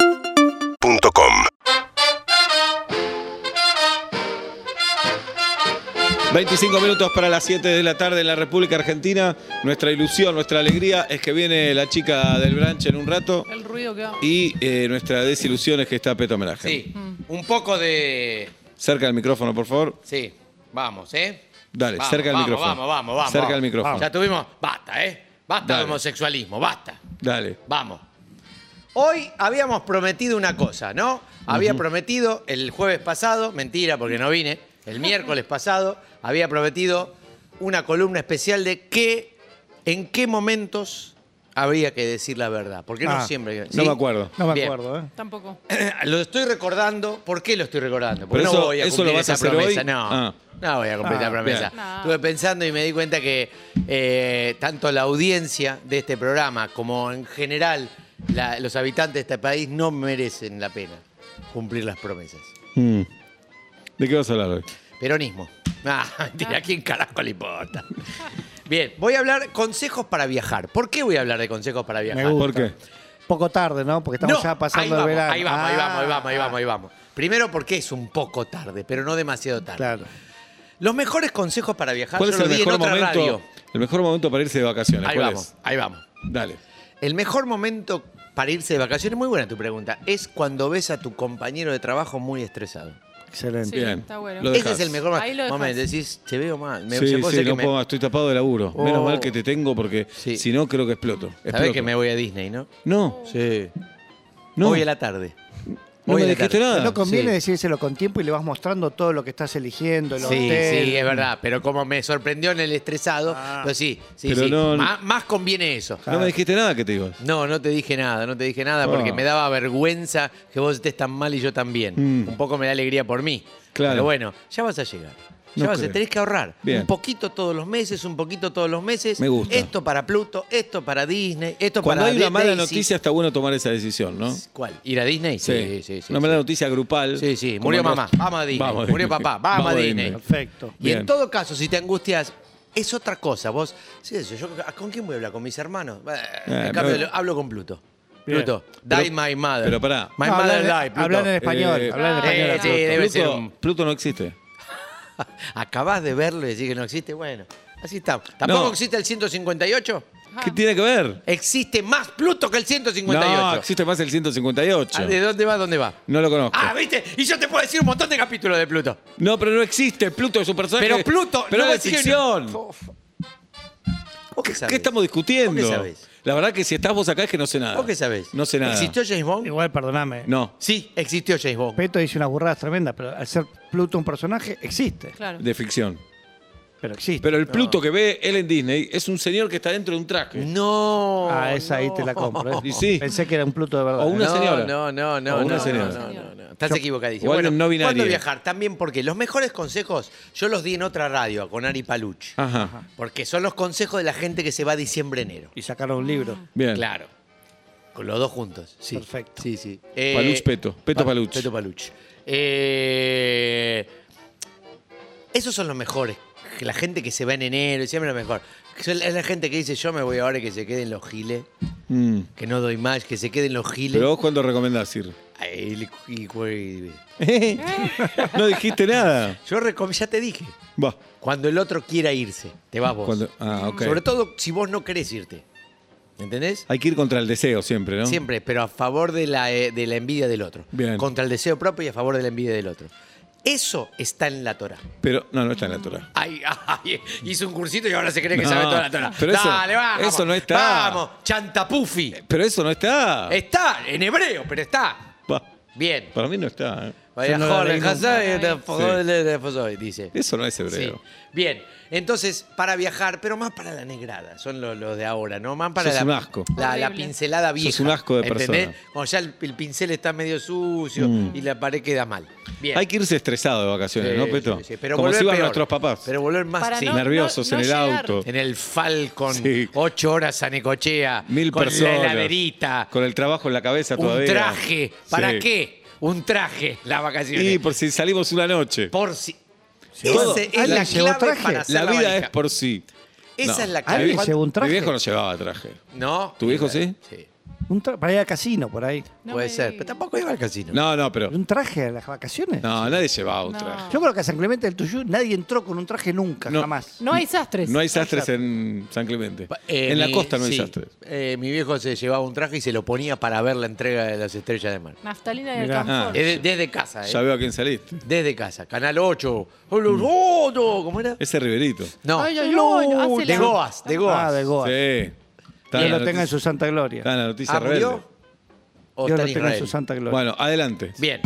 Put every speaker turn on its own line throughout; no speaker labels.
UrbanaPlayFM.com
Bien. 25 minutos para las 7 de la tarde en la República Argentina. Nuestra ilusión, nuestra alegría es que viene la chica del branch en un rato
El ruido que hago.
y eh, nuestra desilusión es que está Peto Homenaje.
Sí, Mm. un poco de...
Cerca del micrófono, por favor.
Sí, vamos, ¿eh?
Dale,
Vamos,
cerca del
vamos,
micrófono.
Vamos, vamos, vamos.
Cerca del micrófono.
Ya tuvimos... Basta, ¿eh? Basta
Dale.
de homosexualismo, basta.
Dale.
Vamos. Hoy habíamos prometido una cosa, ¿no? Había prometido el jueves pasado, mentira porque no vine, el miércoles pasado, había prometido una columna especial de qué, en qué momentos habría que decir la verdad. Porque no
Ah,
siempre.
No
¿sí?
me acuerdo.
No me
Bien.
acuerdo, ¿eh?
Tampoco.
Lo estoy recordando. ¿Por qué lo estoy recordando? Porque
Pero
no
eso-
voy a
eso
cumplir
lo vas a
esa
hacer
promesa.
hoy.
No,
Ah.
no voy a cumplir
Ah,
esa promesa.
bien. No.
Estuve pensando y me di cuenta que eh, tanto la audiencia de este programa como en general la- los habitantes de este país no merecen la pena cumplir las promesas.
Mm. ¿De qué vas a hablar hoy?
Peronismo. Ah, mentira, ¿a quién carajo le importa? Bien, voy a hablar consejos para viajar. ¿Por qué voy a hablar de consejos para viajar?
gusta.
¿Por qué?
Poco tarde, ¿no? Porque estamos
No,
ya
ahí
pasando
vamos,
el verano.
Ahí vamos, ahí vamos, ahí vamos, ahí
Ah,
vamos, ahí vamos. Primero porque es un poco tarde, pero no demasiado tarde.
Claro.
Los mejores consejos para viajar
¿Cuál
yo
es
los
el
di en
mejor
otra
momento?
radio.
El mejor momento para irse de vacaciones.
Ahí
¿Cuál
vamos,
es?
ahí vamos.
Dale.
El mejor momento para irse de vacaciones, muy buena tu pregunta, es cuando ves a tu compañero de trabajo muy estresado.
Excelente.
Sí,
Bien.
está bueno.
Lo
Ese
dejás.
es el mejor
Ahí lo dejás.
momento. Decís, te veo mal. Me,
sí,
se
sí,
puede ser que
no
me-
puedo más, estoy tapado de laburo. Menos
Oh.
mal que te tengo porque
Sí.
si no creo que exploto.
Sabés
Exploto.
que me voy a Disney, ¿no?
No,
Sí.
no.
Hoy a la tarde.
no me
Hoy a la
dijiste
tarde.
nada.
No conviene
Sí.
decírselo con tiempo y le vas mostrando todo lo que estás eligiendo, el
Sí,
hotel. Ah.
sí, es verdad, pero como me sorprendió en el estresado, pero sí, sí,
Pero
sí.
no-
Má- más conviene eso.
No me dijiste nada que te digo.
No, no te dije nada, no te dije nada porque
Ah.
me daba vergüenza que vos estés tan mal y yo también.
Mm.
Un poco me da alegría por mí.
Claro.
Pero bueno, ya vas a llegar. Ya
No
vas
creo.
a tenés que ahorrar.
Bien.
Un poquito todos los meses, un poquito todos los meses.
Me gusta.
Esto para Pluto, esto para Disney, esto
Cuando
para
hay una
Da-
mala
Daisy.
noticia está bueno tomar esa decisión, ¿no?
¿Cuál? ¿Ir a Disney? Sí, sí, sí.
una
sí.
mala noticia grupal.
Sí, sí,
como
murió
el
mamá,
rostro.
vamos a Disney.
Vamos
Murió papá, vamos a Disney.
Perfecto.
Y
Bien.
en todo caso, si te angustias, es otra cosa. Vos, sí, eso, yo, ¿con quién voy a hablar? ¿Con mis hermanos? Eh, en cambio,
pero-
lo- hablo con Pluto.
Bien.
Pluto,
Pero-
died my mother.
pero pará.
My
No,
mother
hablan,
died, Pluto.
hablan en español.
Eh,
hablan en español.
eh,
a
sí,
Pluto.
debe ser
Pluto,
un-
Pluto no existe.
Acabás de verlo y decís que no existe. Bueno, así está. ¿Tampoco
No.
existe el 158?
Ajá.
¿Qué tiene que ver?
Existe más Pluto que el 158.
No, existe más el 158.
Ah, ¿De dónde va? ¿Dónde va?
No lo conozco.
Ah, ¿viste? Y yo te puedo decir un montón de capítulos de Pluto.
No, pero no existe. Pluto es un personaje.
Pero Pluto
Pero
no
es
existe.
ficción.
¿Vos qué sabés?
¿Qué estamos discutiendo?
¿Vos qué sabés?
La verdad que si estás vos acá es que no sé nada.
¿Vos qué sabés?
No sé nada.
¿Existió James Bond?
Igual, perdóname.
No,
Sí, existió James Bond.
Peto dice unas burradas tremendas, pero al ser Pluto un personaje, existe.
Claro.
de ficción.
Pero existe.
Pero el Pluto que ve él en Disney es un señor que está dentro de un traje.
No.
ah, esa ahí te la compro. ¿eh?
Y sí.
Pensé que era un Pluto de verdad.
O una-
no,
señora.
No, no, no.
O una
no,
señora.
no, no, no, no. Estás equivocadísimo.
o
Bueno,
alguien no binario.
¿Cuándo viajar? También porque los mejores consejos yo los di en otra radio con Ari Paluch.
Ajá.
Porque son los consejos de la gente que se va diciembre-enero.
Y sacaron un libro.
Bien.
Claro. Con los dos juntos. Ah. Sí.
Perfecto.
Sí, sí.
Paluch Peto. Peto
Pa-
Paluch.
Peto Paluch. Eh, esos son los mejores. Que La gente que se va en enero, diciembre es lo mejor. Es la gente que dice, yo me voy ahora y que se queden los giles,
Mm.
que no doy más, que se queden los giles.
Pero vos cuándo recomendás ir.
Ay, el cu- y cu- y- Eh.
no dijiste nada.
Yo recom- ya te dije,
Va.
cuando el otro quiera irse, te vas vos.
Cuando- ah, ok.
Sobre todo si vos no querés irte. ¿Entendés?
Hay que ir contra el deseo siempre, ¿no?
Siempre, pero a favor de la, eh, de la envidia del otro.
Bien.
Contra el deseo propio y a favor de la envidia del otro. Eso está en la Torah.
Pero no, no está en la Torah.
Ay, ay, hizo un cursito y ahora se cree que
No,
sabe toda la Torah.
pero eso-
Dale, vamos.
eso no está.
Vamos, chantapufi.
Pero eso no está.
Está, en hebreo, pero está.
Va.
Bien.
Para mí no está. ¿eh?
Vaya
Yo no la
Jorge
leí nunca.
Hazai, de Fogol, de Fogol, dice.
Eso no es hebreo.
Sí. Bien, entonces para viajar, pero más para la negrada, son los los de ahora, ¿no? Más para
Sos
la,
un asco.
la- la
Horrible.
pincelada vieja.
un asco de persona. Mm.
Cuando ya el, el pincel está medio sucio y la pared queda mal. Bien.
Hay que irse estresado de vacaciones,
Sí,
¿no, Peto?
sí, sí, pero
Como
volver
si iban
peor.
nuestros papás.
Pero volver más
Para
sí.
no-
nerviosos en el
llegar.
auto.
en el Falcon,
Sí.
ocho horas a Necochea,
Mil
con
personas.
la heladerita,
Con el trabajo en la cabeza
un
todavía.
traje. ¿Para
Sí.
qué? Un traje, las vacaciones.
Y por si salimos una noche.
Por si.
Todo.
Esa es
¿Alguien
la
llevó
clave
traje?
para hacer
La vida
valija.
es por sí.
Esa
No.
es la
Mi
clave.
¿Alguien
viejo-
llevó un traje?
Mi viejo no llevaba traje.
No.
¿Tu viejo sí?
Sí.
Un tra- para ir al casino, por ahí.
No
Puede
me
ser,
digas.
pero tampoco iba al casino.
No, no, pero.
¿Un traje a las vacaciones?
No, nadie lleva un traje.
Yo creo que a San Clemente del Tuyú nadie entró con un traje nunca,
No.
jamás.
No hay sastres.
No hay sastres en San Clemente.
Pa- eh,
En la
mi-
costa no hay
sí.
sastres.
Eh, mi viejo se llevaba un traje y se lo ponía para ver la entrega de las estrellas de mar.
Naftalina del
Mirá.
Campo.
Eh, de- desde casa, ¿eh?
Ah, Ya veo a quién saliste.
Desde casa. Canal 8.
Mm.
Oh, no, ¿Cómo era?
Ese Riverito.
No.
Ay, ay, ay,
No,
hace
de
la-
Goas, de Goas.
Ah, de Goa.
Sí. Está
Dios
en la
lo tenga en
noticia-
su santa gloria.
está en la noticia
Ah,
rebelde.
¿murió? ¿O está
Dios lo
en
tenga en
Israel?
su santa gloria.
Bueno, adelante.
Bien.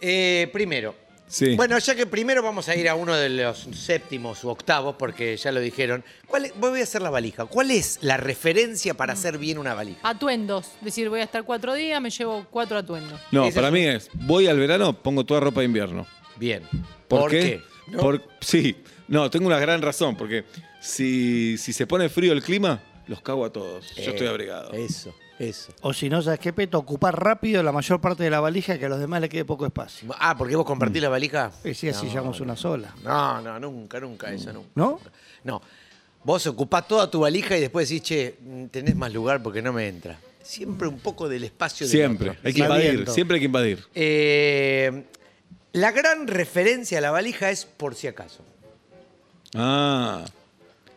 Eh, primero.
Sí.
Bueno, ya que primero vamos a ir a uno de los séptimos u octavos, porque ya lo dijeron. ¿Cuál es- voy a hacer la valija. ¿Cuál es la referencia para hacer bien una valija?
Atuendos. Es decir, voy a estar cuatro días, me llevo cuatro atuendos.
No,
Ese
para
es
mí es, voy al verano, pongo toda ropa de invierno.
Bien.
¿Por, qué?
¿No?
Por- sí, no, tengo una gran razón, porque si, si se pone frío el clima, los cago a todos.
Eh,
Yo estoy abrigado.
Eso, eso.
O si no, ¿sabes qué, Peto? Ocupar rápido la mayor parte de la valija que a los demás le quede poco espacio.
Ah, porque vos compartís la valija.
Y sí, así
No,
llevamos una sola.
No, no, nunca, nunca, eso nunca.
¿No?
No. Vos ocupás toda tu valija y después decís, che, mm, tenés más lugar porque no me entra. Siempre un poco del espacio del
Siempre,
otro.
hay que
Sabiendo.
invadir, siempre hay que invadir.
Eh, la gran referencia a la valija es por si acaso.
Ah,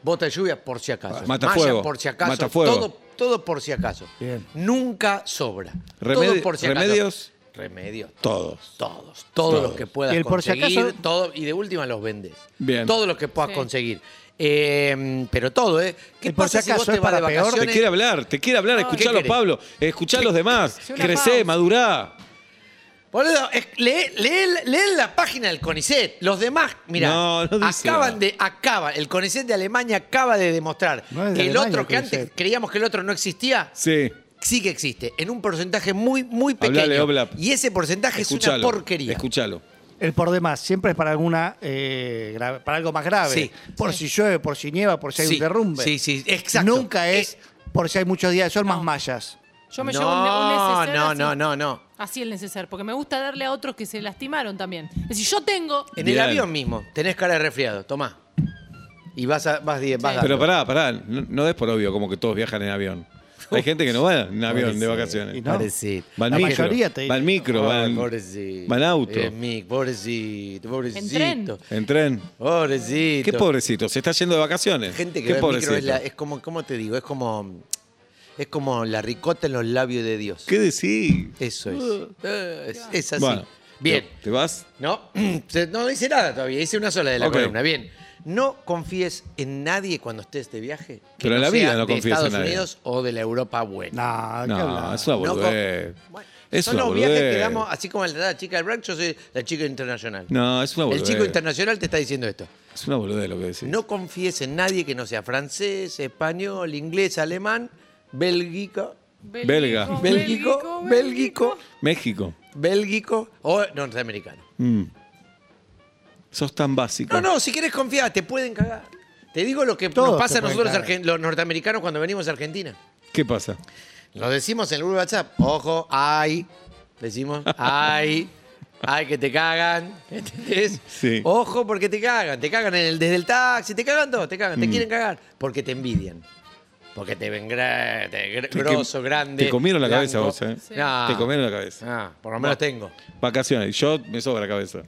Bota de lluvia por si acaso.
Matafuego.
Malla por si acaso.
Matafuego.
Todo, todo por si acaso.
Bien.
Nunca sobra.
Remedi-
todo por si acaso.
remedios.
Remedios.
todos.
Todos, todos los que puedas
Y el por si
conseguir,
acaso-
todo, y de última los vendes.
Bien.
Todos los que puedas
Sí.
conseguir. Eh, pero todo, ¿eh? ¿Qué
El por
pasa
si
si vos
acaso
te
es
vas de
para peor.
Te
vacaciones?
quiere hablar, te quiere hablar, escuchalo,
¿Qué querés?
Pablo, escuchá a los demás,
Sí, una
crecé,
pausa.
madurá.
Boludo, es- lee, lee- lee la página del CONICET. Los demás, mira,
No, no dice
acaban
nada.
de, acaba, el CONICET de Alemania acaba de demostrar
No es de
que el
Alemania
otro
el
que antes
CONICET.
creíamos que el otro no existía,
Sí,
sí que existe, en un porcentaje muy, muy pequeño.
Hablale, Oblap.
Y ese porcentaje es
escuchalo.
una porquería.
Escuchalo.
El por demás, siempre es para alguna eh, gra- para algo más grave.
Sí.
Por si llueve, por si nieva, por si hay
Sí,
un derrumbe.
sí, sí, exacto.
Nunca es
Eh.
por si hay muchos días de sol más
No.
mallas.
Yo me
no,
llevo un, un neceser
no,
así.
no, no, no.
Así el neceser, porque me gusta darle a otros que se lastimaron también. Es decir, yo tengo.
En
Bien.
el avión mismo, tenés cara de resfriado, tomá. Y vas a, vas, di- vas
Sí.
dando.
Pero pará, pará, no, no des por obvio como que todos viajan en avión. Hay gente que no va en avión de
Pobrecito.
vacaciones.
Y no.
Pobrecito.
Van
La
micro,
mayoría te diría.
van micro,
Ay,
van,
pobrecito.
van auto,
Eh, mi- pobrecito, pobrecito.
tren.
en tren.
Pobrecito.
Qué pobrecito, se está yendo de vacaciones.
Gente que
Qué
va en micro es, la- es como, ¿cómo te digo? Es como, es como la ricota en los labios de Dios.
¿Qué decís?
Eso es. Eh, es. es así.
Bueno,
Bien.
¿te- ¿Te vas?
No, se- no dice nada todavía. Hice una sola de la
Ok.
columna. Bien. No confíes en nadie cuando estés de viaje. Que
Pero en la vida
sea
no
de
confíes en
Estados
nadie.
Unidos o de la Europa buena.
No, ¿de ¿qué
No,
hablas?
es una
No,
boludez.
Bueno,
Es
son
una
los viajes que
boludez.
damos, así como el de la chica del Bronx, yo soy la chica internacional.
No, es una
el
boludez.
chico internacional te está diciendo esto.
Es una boludez lo que decís.
No confíes en nadie que no sea francés, español, inglés, alemán, bélgica,
Belga.
bélgico, bélgico,
México.
bélgico o norteamericano.
Mm. Sos tan básico.
No, no, si quieres confiar, te pueden cagar. Te digo lo que
Todos
nos pasa
te
a
pueden
nosotros
cagar.
argen- los norteamericanos cuando venimos a Argentina.
¿Qué pasa?
Lo decimos en el grupo de WhatsApp. Ojo, ay. Decimos, ay. Ay, que te cagan. ¿Entendés?
Sí.
Ojo, porque te cagan. Te cagan en el- desde el taxi. Te cagan todos. Te cagan.
Mm.
Te quieren cagar. Porque te envidian. Porque te ven gra- te
Te
gr-
que-
grosso, grande.
Te comieron la
blanco.
cabeza vos, ¿eh?
Sí.
No.
Te comieron la cabeza.
Ah, por lo menos tengo.
Vacaciones. Yo me sobra la cabeza.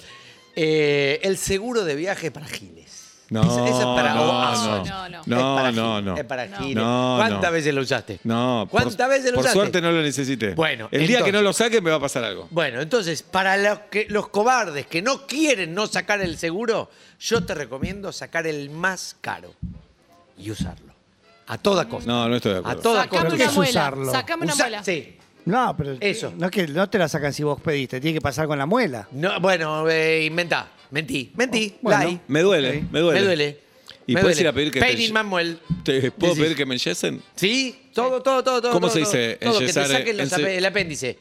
Eh, el seguro de viaje para giles.
No,
Esa- esa es para
no,
vos.
no. No,
Ah,
no.
es
No,
para
no,
giles,
no.
Es para
No.
giles.
No,
¿Cuántas
no.
veces lo usaste?
No, por-
¿Cuántas veces lo
Por
usaste?
suerte no lo necesité.
Bueno,
el día que
entonces-
no lo saque me va a pasar algo.
Bueno, entonces, para los, que, los cobardes que no quieren no sacar el seguro, yo te recomiendo sacar el más caro y usarlo. A toda costa.
No, no estoy de acuerdo.
A toda
Sacame
cosa.
una
Pero ¿qué es
muela.
usarlo?
Sacame una
Usa-
muela.
Sí.
No, pero
Eso.
No, es que no te la sacan si vos pediste, tiene que pasar con la muela.
No, bueno, eh, inventá. Mentí. Mentí.
Bueno.
Lai.
Me duele,
Ok.
Oh, me duele.
Me duele.
¿Y
Me
puedes
duele.
ir a pedir que
Pain
te-
in Manuel.
¿Te puedo
Decís.
pedir que me enyesen?
Sí, todo, todo, todo. todo
¿Cómo
todo,
se
todo,
dice
Todo, que te
enyesar
saquen los
en se-
ape- el apéndice.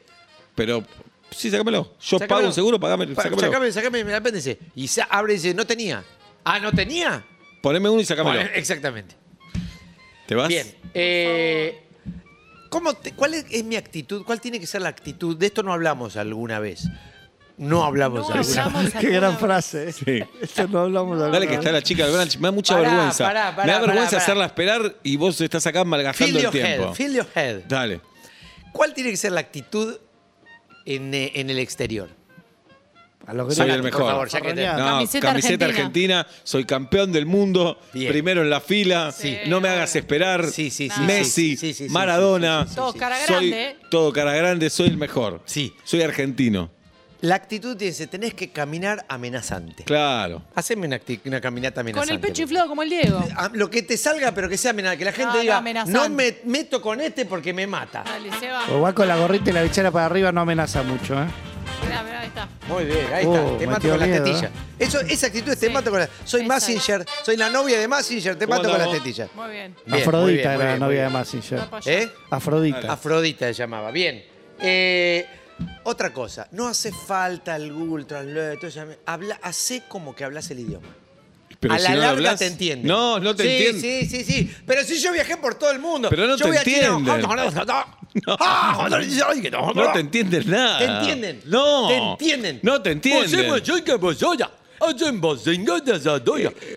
Pero, sí, sácamelo. Yo
Sácamelo.
pago un seguro, pagame,
Pa-
sácamelo.
Sacame, sacame el apéndice. Y sa- abre y dice, no tenía. Ah, ¿no tenía?
Poneme uno y sácamelo.
Bueno, exactamente.
¿Te vas?
Bien. eh, ¿cómo te- ¿Cuál es, es mi actitud? ¿Cuál tiene que ser la actitud? De esto no hablamos alguna vez. No hablamos
No
alguna vez.
hablamos
Qué
alguna
gran
vez.
frase. ¿eh?
Sí.
Esto no hablamos de
Dale que está la chica del branch. Me da mucha
Pará,
vergüenza.
pará,
me
pará,
da vergüenza
pará, pará.
hacerla esperar y vos estás acá malgastando
Feel
el
your head.
tiempo.
Feel your head.
Dale.
¿Cuál tiene que ser la actitud en, eh, en el exterior?
A lo que
Soy
diga,
el
por
mejor.
favor, ya que te-
No,
Camiseta
camiseta,
argentina.
argentina. soy campeón del mundo,
Bien.
primero en la fila,
Sí.
no me hagas esperar,
Sí, sí,
sí,
Messi,
sí, sí, sí, sí,
Maradona,
Todo cara
soy
grande, ¿eh?
todo cara grande, soy el mejor.
Sí.
Soy argentino,
La actitud tiene que ser, tenés que caminar amenazante.
claro.
Haceme una, acti- una caminata
Con
amenazante.
el pecho
por favor.
inflado como el Diego.
A- Lo que te salga, pero que sea amenazante. Que la gente
no,
diga,
amenazante.
no me meto con este porque me mata.
Dale, Seba.
O igual Pues con la gorrita y la bichera para arriba no amenaza mucho, ¿eh?
Mirá, mirá, ahí está.
Muy bien, ahí
Oh,
está. Te mato
metió
con las
miedo,
tetillas.
¿eh?
Eso, esa actitud es te
Sí.
mato con las
Esa
Soy
es.
Massinger, soy la novia de Massinger, te
¿Cómo
mato con las
andás vos?
tetillas.
Muy bien.
Bien, muy bien,
Afrodita
muy
era la
bien, muy
novia de
bien.
Massinger.
Va para allá.
¿Eh?
Afrodita.
Afrodita se llamaba. Bien. Eh, otra cosa, no hace falta el Google Translate. todo eso. Habla, hacé como que hablas el idioma.
Pero
a
si
la
no lo
larga
hablás-
te entienden.
No, no te
sí,
entienden.
Sí, sí, sí. Pero si yo viajé por todo el mundo.
Pero no
yo
te
voy a China. ¡Ah,
entienden. No te entiendes nada.
Te entienden.
No.
Te entienden.
No te entienden.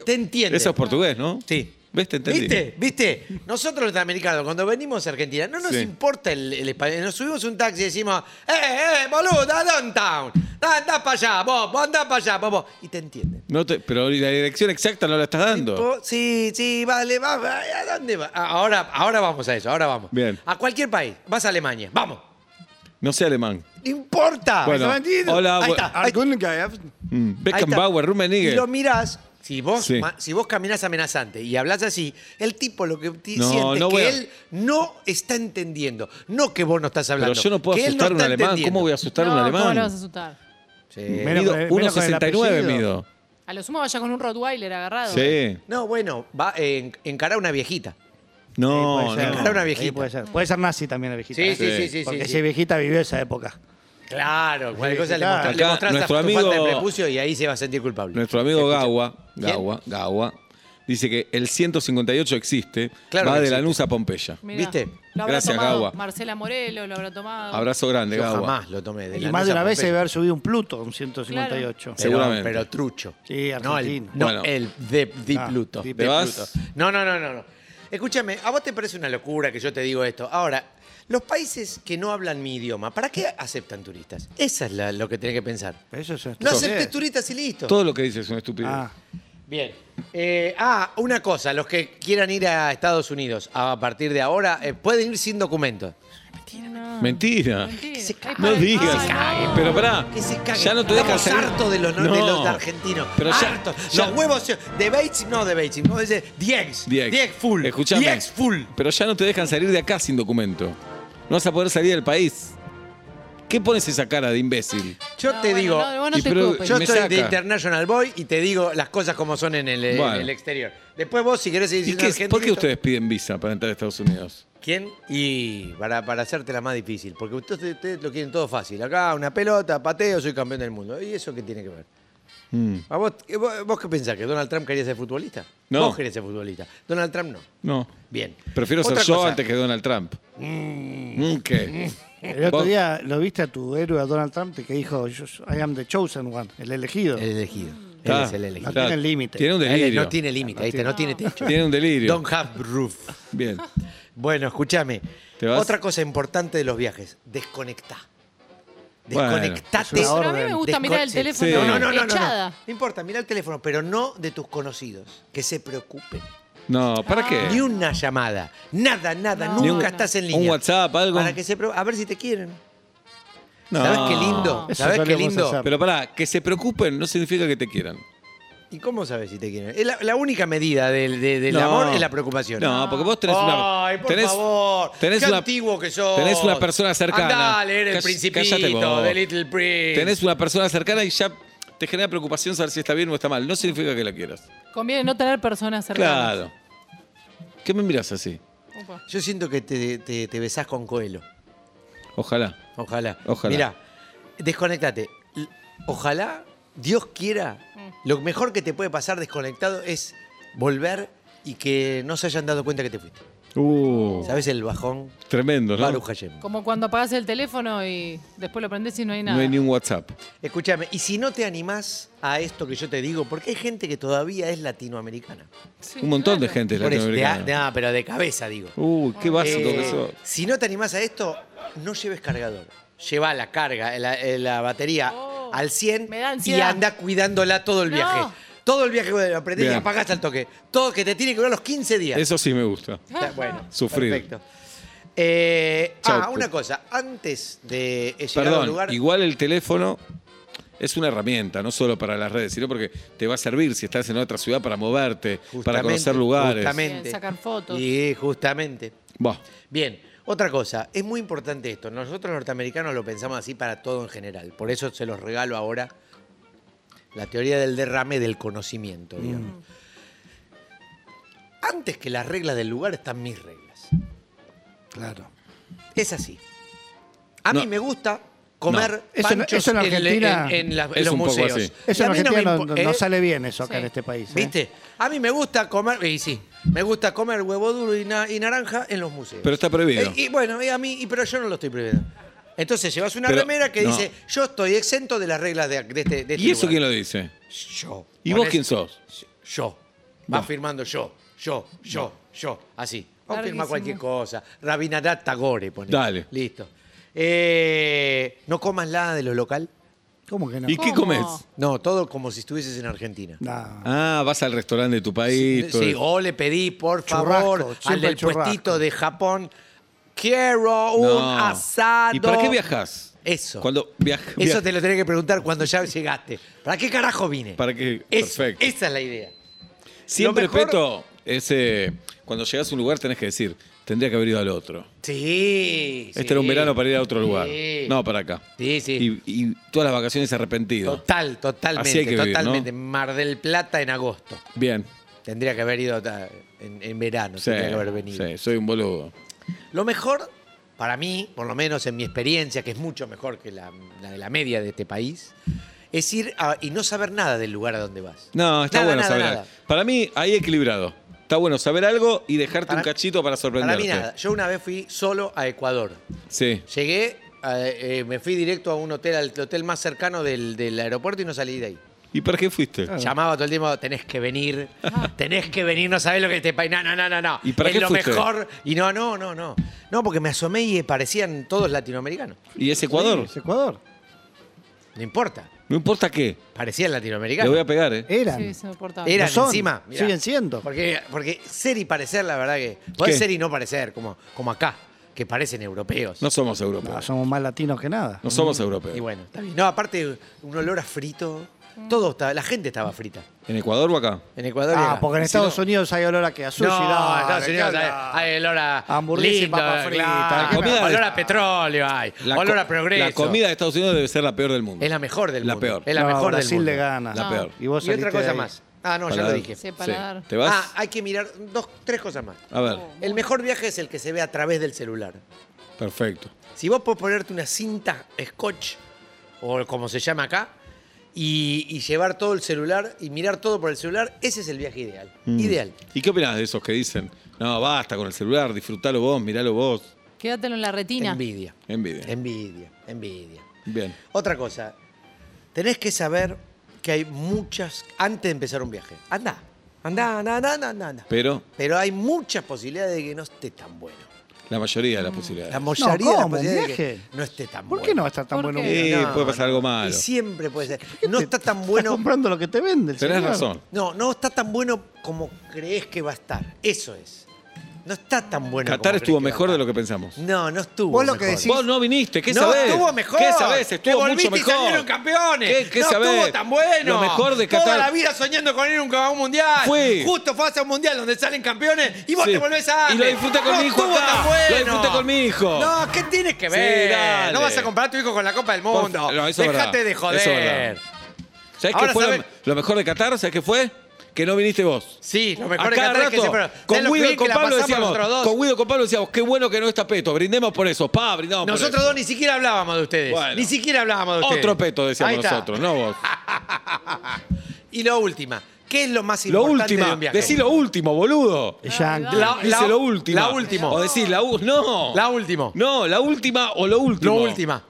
Te entienden.
Eh, Eso es portugués, ¿no?
Sí.
¿Ves? Te entendí.
¿Viste? ¿Viste? Nosotros los americanos, cuando venimos a Argentina, no nos
Sí.
importa el, el español. Nos subimos a un taxi y decimos, ¡eh, eh, boludo, a downtown! ¡Andá para allá, vos, vos andá para allá, vos, vos! Y te entienden.
No te- pero la dirección exacta no la estás dando.
Vos, Sí, sí, vale, va, va, ¿a dónde va? Ah, Ahora, ahora vamos a eso, ahora vamos.
Bien.
A cualquier país, vas a Alemania, vamos.
No sé alemán.
No importa.
Bueno, hola, bu-
Ahí está.
Mm,
Ahí está.
Beckenbauer,
Y
Rummenigge.
lo mirás. Si vos,
Sí.
ma- si vos caminás amenazante y hablas así, el tipo lo que ti-
No,
siente
no
es
voy
que
a-
él no está entendiendo. No que vos no estás hablando.
Pero yo no puedo
que él
asustar a un
está
alemán. ¿Cómo voy a asustar a un
No, ¿cómo lo vas a
alemán?
asustar?
entendiendo. Sí.
Menos
Mido
con el- menos con el
1,69
apellido.
mido.
A lo sumo vaya con un Rottweiler agarrado.
Sí.
No, bueno, va eh, en- encará una viejita.
No,
Puede ser.
no.
Encarar una viejita.
Sí, Puede ser. Puede ser nazi también la viejita.
Sí,
¿eh?
sí, sí, sí. sí,
Porque
sí.
esa viejita vivió esa época.
Claro, cualquier cosa le
claro.
mostrás,
Acá
le mostrás la-
nuestro
tu falta de
amigo-
prepucio y ahí se va a sentir culpable.
Nuestro amigo
Escucha.
Gawa,
¿Quién?
Gawa, Gawa, dice que el 158 existe.
Claro
va
que
de
existe.
Lanús a Pompeya.
Mirá.
¿Viste?
Lo habrá
Gracias,
tomado
Gawa.
Marcela Morelos, lo habrá tomado.
Abrazo grande,
Yo
Gawa.
jamás lo tomé. De
Y
la
más de
Nusa
una vez se
Pompeya.
debe haber subido un Pluto, un 158.
Pero-
Seguramente.
Pero, trucho.
Sí,
no el,
argentino.
no,
Bueno.
el de, de
Ah,
Pluto.
de
De
¿Te vas?
Pluto. No, no, no, no, no. Escúchame, ¿a vos te parece una locura que yo te digo esto? Ahora, los países que no hablan mi idioma, ¿para qué aceptan turistas? Esa es la- lo que tenés que pensar.
Eso es
No
estupidez.
aceptes turistas y listo.
Todo lo que dice es una estupidez.
Ah,
Bien. Eh, ah, una cosa, los que quieran ir a Estados Unidos a partir de ahora, eh, pueden ir sin documentos.
No.
Mentira.
Mentira.
se cague.
No
Ay,
digas.
ay, no.
Pero pará.
Que se cague.
Ya no te dejan
Estamos
salir.
harto de los, no- de
No.
los argentinos.
Pero ya-
Harto.
ya-
Los huevos de Bates, no de Bates, no de Diex.
Diex.
Diex full.
Escuchame.
Diex full.
Pero ya no te dejan salir de acá sin documento. No vas a poder salir del país. ¿Qué pones esa cara de imbécil?
Yo
No,
te
bueno,
digo,
no, vos no
y
te
pero-
preocupes.
yo
me
soy
saca.
de International Boy y te digo las cosas como son en el, en
Bueno.
el exterior. Después vos, si querés seguir
¿Y
siendo
qué-
argentino.
¿Por qué ustedes piden visa para entrar a Estados Unidos?
¿Quién? Y para, para hacértela más difícil, porque ustedes, ustedes lo quieren todo fácil. Acá una pelota, pateo, soy campeón del mundo. ¿Y eso qué tiene que ver?
Mm,
¿A vos, eh, vos, vos qué pensás? ¿Que Donald Trump quería ser futbolista?
No.
Vos querías ser futbolista. Donald Trump no.
no.
Bien.
Prefiero ser
Otra
yo
cosa.
antes que Donald Trump. Mm, ¿Qué?
el otro
Vos-
día lo viste a tu héroe, a Donald Trump, que dijo, "Yo- I am the chosen one, el elegido.
El elegido.
Está,
Él es el elegido.
está.
tiene límite.
Ah, Tiene un
Él
delirio.
no tiene límite, ¿viste? no tiene techo.
Tiene un delirio.
Don't have roof.
Bien.
Bueno, escúchame.
¿Te vas?
Otra cosa importante de los viajes, desconectá.
Bueno,
Desconectate.
es una
Pero a mí me
orden.
gusta mirar el
Descon-
teléfono.
Sí.
No, no, no, no, no, no.
Echada.
No importa, mira el teléfono, pero no de tus conocidos, que se preocupen.
No, ¿para qué?
Ah. Ni una llamada, nada, nada,
No,
nunca
no.
estás en línea.
Un WhatsApp, algo.
Para que se preo- a ver si te quieren.
No.
¿Sabes qué lindo?
Eso
¿Sabes qué
solemos
lindo?
hacer.
Pero pará, que se preocupen no significa que te quieran.
¿Y cómo sabes si te quieren? Es La, la única medida del, de- del
No.
amor es la preocupación.
No, porque vos tenés una.
Ay, por
tenés-
favor.
tenés
qué
una-
antiguo que sos.
Tenés una persona cercana.
Andá a leer El
Call- cállate
Principito,
vos.
The Little Prince.
Tenés una persona cercana y ya te genera preocupación saber si está bien o está mal. No significa que la quieras.
Conviene no tener personas cercanas.
Claro. ¿Qué me miras así?
Upa.
Yo siento que te, te- te besás con Coelho.
Ojalá.
Ojalá.
Ojalá.
Mirá, desconectate. L- Ojalá, Dios quiera, lo mejor que te puede pasar desconectado es volver y que no se hayan dado cuenta que te fuiste.
Uh,
¿Sabes el bajón?
tremendo, ¿no?
Baruch Hashem.
Como cuando apagás el teléfono y después lo prendés y no hay nada.
No hay ni un WhatsApp.
Escúchame, y si no te animás a esto que yo te digo, porque hay gente que todavía es latinoamericana.
Sí,
Un montón de
claro.
gente
Por eso, de a-
latinoamericana.
de- ah, pero de cabeza digo.
Uy, qué básico
Eh,
que sos.
Si no te animás a esto, no lleves cargador. Lleva la carga, la, eh, la batería
Oh,
al 100
me da
y
ansiedad.
anda cuidándola todo el
No.
viaje. Todo el viaje bueno, aprendés y
Bien.
apagás al toque. Todo que te tiene que durar los 15 días.
Eso sí me gusta.
Está- bueno,
Sufrir.
Perfecto. Eh,
Chau,
ah,
pu-
una cosa. Antes de eh, llegar al
Perdón,
lugar.
igual el teléfono es una herramienta, no solo para las redes, sino porque te va a servir si estás en otra ciudad para moverte, para
justamente,
conocer lugares.
Justamente.
Bien, sacar fotos.
Y justamente.
Bah,
Bien, otra cosa, es muy importante esto. Nosotros norteamericanos lo pensamos así para todo en general. Por eso se los regalo ahora la teoría del derrame del
Mm.
conocimiento, digamos. Antes que las reglas del lugar están mis reglas.
Claro.
Es así. A
No.
mí me gusta comer
Eso en-
panchos
eso en
en, el-
Argentina-
en- en la- en
Es
los
un poco
museos.
así.
Eso en
Y a mí no me
Argentina no,
impo-
no- no
¿eh?
sale bien eso acá
Sí.
en este país. ¿eh?
¿Viste? A mí me gusta comer, y sí, me gusta comer huevo duro y, na- y naranja en los museos.
Pero está prohibido.
Eh, y bueno, y a mí, y- pero yo no lo estoy prohibiendo. Entonces llevas una
Pero,
remera que
no.
dice, yo estoy exento de las reglas de, de este, de este
¿Y eso
lugar".
quién lo dice?
Yo.
¿Y
Con
vos
eso-
quién sos?
Yo. Va
Vos.
firmando yo, yo, yo, yo, así. Vos firma
Larguísimo.
cualquier cosa. Rabinadad Tagore, pone.
Dale.
Listo. Eh, no comas nada de lo local.
¿Cómo que no?
¿Y qué
¿Cómo?
comes?
No, todo como si estuvieses en Argentina.
No.
Ah, vas al restaurante de tu país. todo
Sí,
eso.
o le pedí, por
Churrasco,
favor, al
siempre
del
churrasco.
puestito de Japón, quiero un
No.
asado.
¿Y para qué viajas?
Eso.
Cuando viajas.
Eso te lo tenés que preguntar cuando ya llegaste. ¿Para qué carajo vine?
¿Para qué?
Eso,
Perfecto.
Esa es la idea.
Siempre,
lo mejor-
Peto, ese, cuando llegas a un lugar tenés que decir, tendría que haber ido al otro.
Sí.
Este
sí.
era un verano para ir a otro lugar.
Sí.
No, para acá.
Sí, sí.
Y, y todas las vacaciones arrepentido.
Total, totalmente.
Así hay que vivir,
totalmente.
¿no?
Mar del Plata en agosto.
Bien.
Tendría que haber ido a- en, en verano,
Sí,
tendría que haber venido.
sí, soy un boludo.
Lo mejor, para mí, por lo menos en mi experiencia, que es mucho mejor que la, la de la media de este país, es ir a- y no saber nada del lugar a donde vas.
No, está
Nada,
bueno
nada,
saber
nada.
algo. Para mí, ahí equilibrado. Está bueno saber algo y dejarte
Para-
un cachito para
Para
sorprenderte.
mí nada. Yo una vez fui solo a Ecuador.
Sí.
Llegué, a- eh, me fui directo a un hotel, al hotel más cercano del, del aeropuerto y no salí de ahí.
¿Y para qué fuiste?
Ah,
Llamaba todo el tiempo, tenés que venir, tenés que venir, no sabés lo que te país. No, no, no, no, no.
¿Y para
es
qué
lo
fuiste?
mejor. Y no, no, no, no. No, porque me asomé y parecían todos latinoamericanos.
¿Y es Ecuador?
Sí, es Ecuador.
No importa,
No importa qué.
parecían
Le
latinoamericanos.
voy a pegar, ¿eh?
Eran.
Sí, se me portaba.
Eran
No son,
encima. mirá.
siguen siendo.
Porque, porque ser y parecer, la verdad que. Puede
¿Qué?
ser y no parecer, como, como acá, que parecen europeos.
No somos
No,
europeos.
somos más latinos que nada.
No somos europeos.
Y bueno, está bien. No, aparte, un olor a frito. Todo estaba, la gente estaba frita.
¿En Ecuador o acá?
En Ecuador.
Ah,
era-
porque en
si
Estados
no-
Unidos hay olor a que a sushi.
No, en
dale,
Estados
¿qué
Unidos hay,
habla?
hay olor a
Hamburguesa y
lindo,
papa frita,
claro.
¿qué
me hablas?
olor a petróleo hay,
La
olor
co-
a progreso.
La comida de Estados Unidos debe ser la peor del mundo.
es la mejor del
La
mundo.
peor.
Es la
No,
mejor
Brasil
del mundo.
le gana.
La
No.
peor.
Y vos
y otra
saliste
cosa
de ahí.
más. Ah, no, ya
Paladar.
lo dije.
Sí. Separar.
¿Te vas?
Ah, hay que mirar dos, tres cosas más.
A ver,
El mejor viaje es el que se ve a través del celular.
perfecto.
Si vos podés ponerte una cinta scotch, o como se llama acá, y, y llevar todo el celular y mirar todo por el celular, ese es el viaje ideal.
Mm.
Ideal.
¿Y qué opinás de esos que dicen, no, basta con el celular, disfrutalo vos, miralo vos?
Quédatelo en la retina.
Envidia.
Envidia.
Envidia. Envidia.
Bien.
Otra cosa, tenés que saber que hay muchas, antes de empezar un viaje, anda, anda, anda, anda, anda, anda, anda.
Pero
Pero hay muchas posibilidades de que no esté tan bueno.
la mayoría de las posibilidades.
Mm. La mayoría de las
¿cómo? ¿Un
posibilidades de que
viaje?
no esté tan
¿Por
bueno.
qué no va a estar tan
¿Por
bueno?
qué?
un-
Eh,
No,
puede pasar
no.
algo malo.
Y siempre puede ser. No está tan bueno.
Estás comprando lo que te vende. el
Tenés
señor.
razón.
No, no está tan bueno como crees que va a estar. Eso es. No está tan bueno.
Qatar estuvo mejor de lo que pensamos.
No, no estuvo.
Vos lo que
mejor.
decís-
Vos no viniste, ¿qué
no
sabés?
estuvo mejor.
¿Qué sabés?
Te
Estuvo
volviste
mucho
y salieron
mejor.
campeones.
¿Qué, qué
no
sabés?
estuvo tan bueno.
Lo mejor de Qatar.
Toda la vida soñando con ir a un, a un mundial.
Fui.
Justo fue a un mundial donde salen campeones y vos
Sí.
te volvés a.
Y lo disfruté con
no
mi hijo
estuvo
acá.
tan bueno.
Lo disfruté con mi hijo.
No, ¿qué tienes que
Sí,
ver?
dale.
no vas a comparar a tu hijo con la Copa del
Por-
Mundo.
no, eso es
Dejate
verdad.
de
Eso es verdad.
joder.
¿Sabés
Ahora
qué fue lo-
sabés-
lo mejor de Qatar? ¿Sabés qué fue? Que no viniste vos.
Sí, lo mejor
A
de
cada
Qatar es que
rato,
se fueron. ¿Sabés
con
lo que
Guido y
bien
con
que la
Pablo
pasamos
decíamos,
nosotros dos?
con Guido y con Pablo decíamos, qué bueno que no está Peto, brindemos por eso, pa, brindamos por
Nosotros
eso.
dos ni siquiera hablábamos de ustedes.
Bueno.
Ni siquiera hablábamos de ustedes.
Otro Peto
Ahí Ah,
decíamos
está.
nosotros, no vos.
Y lo última, ¿Qué es lo más
Lo
importante
último.
de un viaje?
Decí lo último, boludo.
Es yankee.
La-
Dice lo último.
la última.
O decís la u- No.
La último.
No, la última o lo último.
Lo última.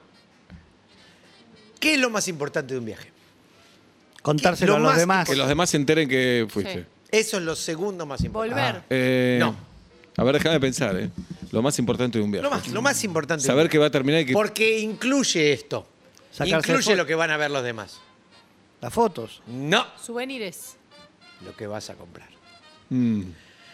¿Qué es lo más importante de un viaje?
Contárselo
Lo
a los
más
demás.
Que los demás se enteren que fuiste.
Sí.
Eso es lo segundo más importante.
Volver.
Eh,
No.
A ver, déjame pensar, ¿eh? Lo más importante de un viaje.
Lo, más, lo más importante. de un
Saber que va a terminar y que.
Porque incluye esto.
Sacarse
incluye
foto-
lo que van a ver los demás.
Las fotos.
No.
Souvenirs.
Lo que vas a comprar.
Mm.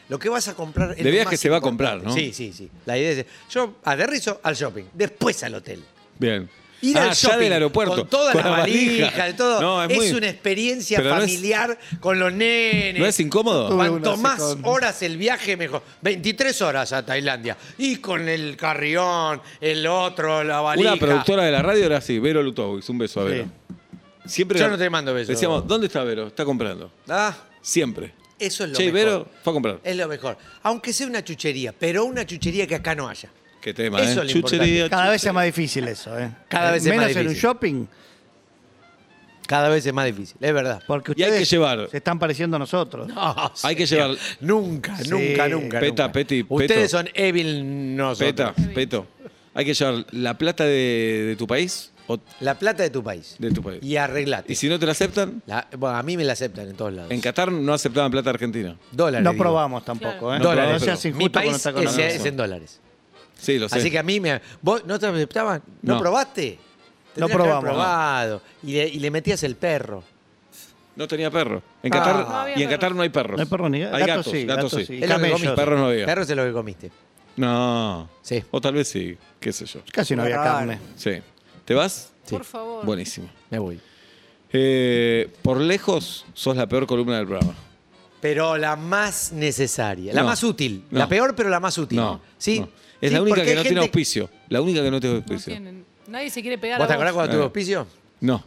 Lo que vas a comprar. es
De
lo
viaje
más
se va a
importante.
comprar, ¿no?
Sí, sí, sí. La idea es. Yo aterrizo al shopping, después al hotel.
Bien.
Ir
ah,
al shopping
ya del aeropuerto.
Con toda la, valija, de todo.
No, es,
es,
muy-
una experiencia
Pero no es-
familiar con los nenes.
¿No es incómodo?
Tuve una
Cuanto
así
más
con-
horas el viaje, mejor. 23 horas a Tailandia. Y con el carrión, el otro, la valija.
Una productora de la radio era así, Vero Lutovic. Un beso a Vero. Siempre
Yo
la-
no te mando besos.
Decíamos, ¿dónde está Vero? Está comprando.
Ah,
Siempre.
eso es lo
Che,
mejor.
Vero fue a comprar.
Es lo mejor. Aunque sea una chuchería, pero una chuchería que acá no haya.
Qué tema,
Eso
¿eh?
es lo
Chuchería.
Cada vez es más difícil eso, ¿eh?
Cada vez es
Menos
más
en un
difícil.
shopping,
Cada vez es más difícil, es verdad.
porque
Y hay
ustedes
que llevar.
se están pareciendo a nosotros.
Hay que llevar-
Nunca,
Sí.
nunca, nunca.
Peta,
nunca.
Peti,
Ustedes
Peto.
son evil
Peta,
nosotros.
peto. Hay que llevar la plata de, de tu país o
La plata de tu país.
de tu país.
Y arreglate.
Y si no te la aceptan,
La- bueno, a mí me la aceptan en todos lados.
en Qatar no aceptaban plata argentina.
Dólares.
No
digo.
probamos tampoco, ¿eh?
No
Dólares.
No seas
pero
injusto
Mi
con
país
nuestra
es,
economía.
es en dólares.
Sí, lo sé.
Así que a mí me. ¿Vos no te aceptaban? ¿No,
No.
probaste?
No
Tendrías que haber
probamos.
probado. Y, le, y le metías el perro.
No tenía perro. En
Ah.
Qatar,
No había
y en
perros.
Qatar no hay perros.
No hay perros ni gatos.
Hay
Gatos
gatos,
sí,
gatos
gatos
sí.
sí.
Es lo que
Camellos.
comiste.
Perros no había.
Perros es lo que comiste.
No.
Sí.
O tal vez sí, qué sé yo.
Casi no había
Claro.
carne.
Sí. ¿Te vas?
Sí.
Por favor.
Buenísimo.
Me voy.
Eh, por lejos, sos la peor columna del programa.
Pero la más necesaria, la
No.
más útil.
No.
La peor, pero la más útil.
No.
¿Sí?
no. Es
Sí,
la única
porque
que
hay
no tiene
gente-
auspicio. La única que no tiene
No
auspicio.
tienen- Nadie se quiere pegar
¿Vos te
a
acordás
vos.
cuando tuve
Eh.
auspicio?
No.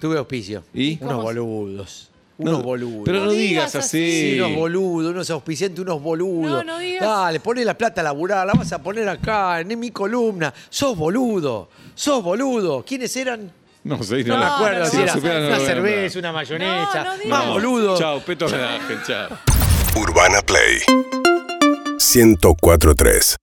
Tuve auspicio.
¿Y?
Unos
¿Cómo?
boludos.
No,
Unos boludos.
Pero no,
No
digas
digas
así.
Sí, unos boludos, unos auspiciantes, unos boludos.
No, no digas.
Dale, poné la plata a laburar, la vas a poner acá, en mi columna. Sos boludo, sos boludo. ¿Quiénes eran?
No sé,
No,
No, me acuerdo.
no
si
lo
era
vas a
supieran, no
una
lo voy a
cerveza,
nombrar.
una
No,
mayonesa.
no digas.
Más boludo.
Chao, Peto Ángel, chao.
Urbana Play 1043